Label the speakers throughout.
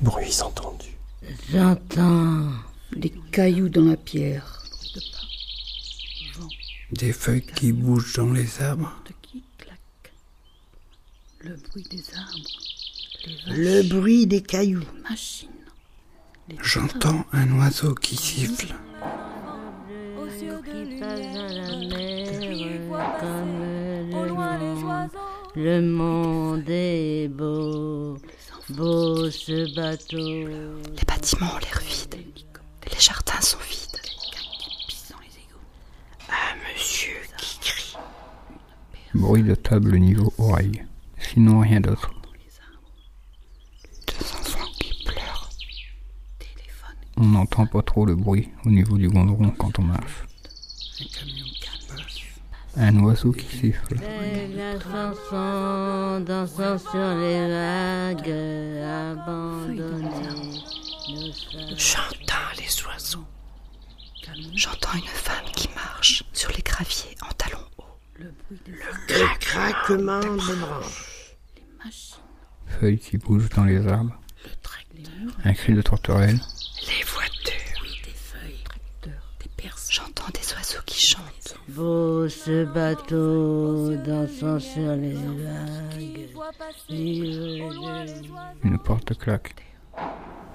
Speaker 1: bruits entendus.
Speaker 2: J'entends des cailloux dans la pierre.
Speaker 3: Des feuilles qui bougent dans les arbres.
Speaker 2: Qui claque. Le bruit des arbres. Le bruit des cailloux. Machines.
Speaker 3: J'entends un oiseau qui siffle.
Speaker 4: Aux cieux de lumière, au loin les oiseaux.
Speaker 5: Le monde est beau, beau ce bateau.
Speaker 6: Les bâtiments ont l'air vides. Les jardins sont vides. Un monsieur qui crie.
Speaker 7: Bruit de table niveau oreille. Sinon rien d'autre.
Speaker 6: Deux enfants qui pleurent.
Speaker 7: On n'entend pas trop le bruit au niveau du gondron quand on marche.
Speaker 3: Un camion qui passe.
Speaker 7: Un oiseau qui siffle.
Speaker 5: Belle la chanson dansant sur les vagues abandonnées. Nos sages-
Speaker 6: J'entends les oiseaux. J'entends une femme qui marche sur les graviers en talons hauts.
Speaker 1: Le craquement des branches.
Speaker 7: Feuilles qui bougent dans les arbres. Un cri de tortorelle.
Speaker 6: Les voitures. J'entends des oiseaux qui chantent.
Speaker 5: Beau ce bateau dansant sur les vagues.
Speaker 4: Vois passer, au loin les oiseaux.
Speaker 7: Une porte claque.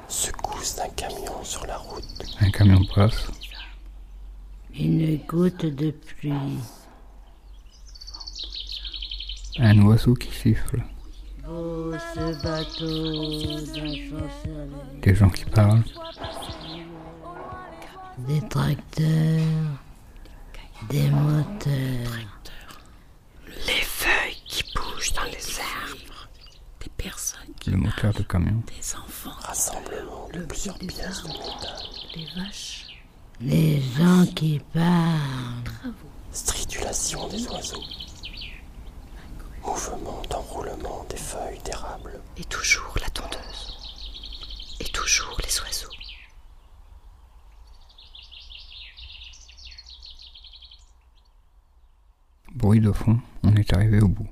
Speaker 1: Secousse d'un camion sur la route.
Speaker 7: Un camion passe.
Speaker 5: Une goutte de pluie.
Speaker 7: Un oiseau qui siffle.
Speaker 5: Beau ce bateau dansant sur les
Speaker 7: Des gens qui parlent.
Speaker 5: Des tracteurs, des moteurs.
Speaker 6: Les feuilles qui bougent dans les arbres.
Speaker 7: Le moteur de camion.
Speaker 1: Rassemblement de plusieurs pièces de métal.
Speaker 5: Les gens qui parlent,
Speaker 1: Stridulation des oiseaux. Mouvement d'enroulement des feuilles d'érable.
Speaker 6: Et toujours la tondeuse. Et toujours les oiseaux.
Speaker 7: Bruit de fond. On est arrivé au bout.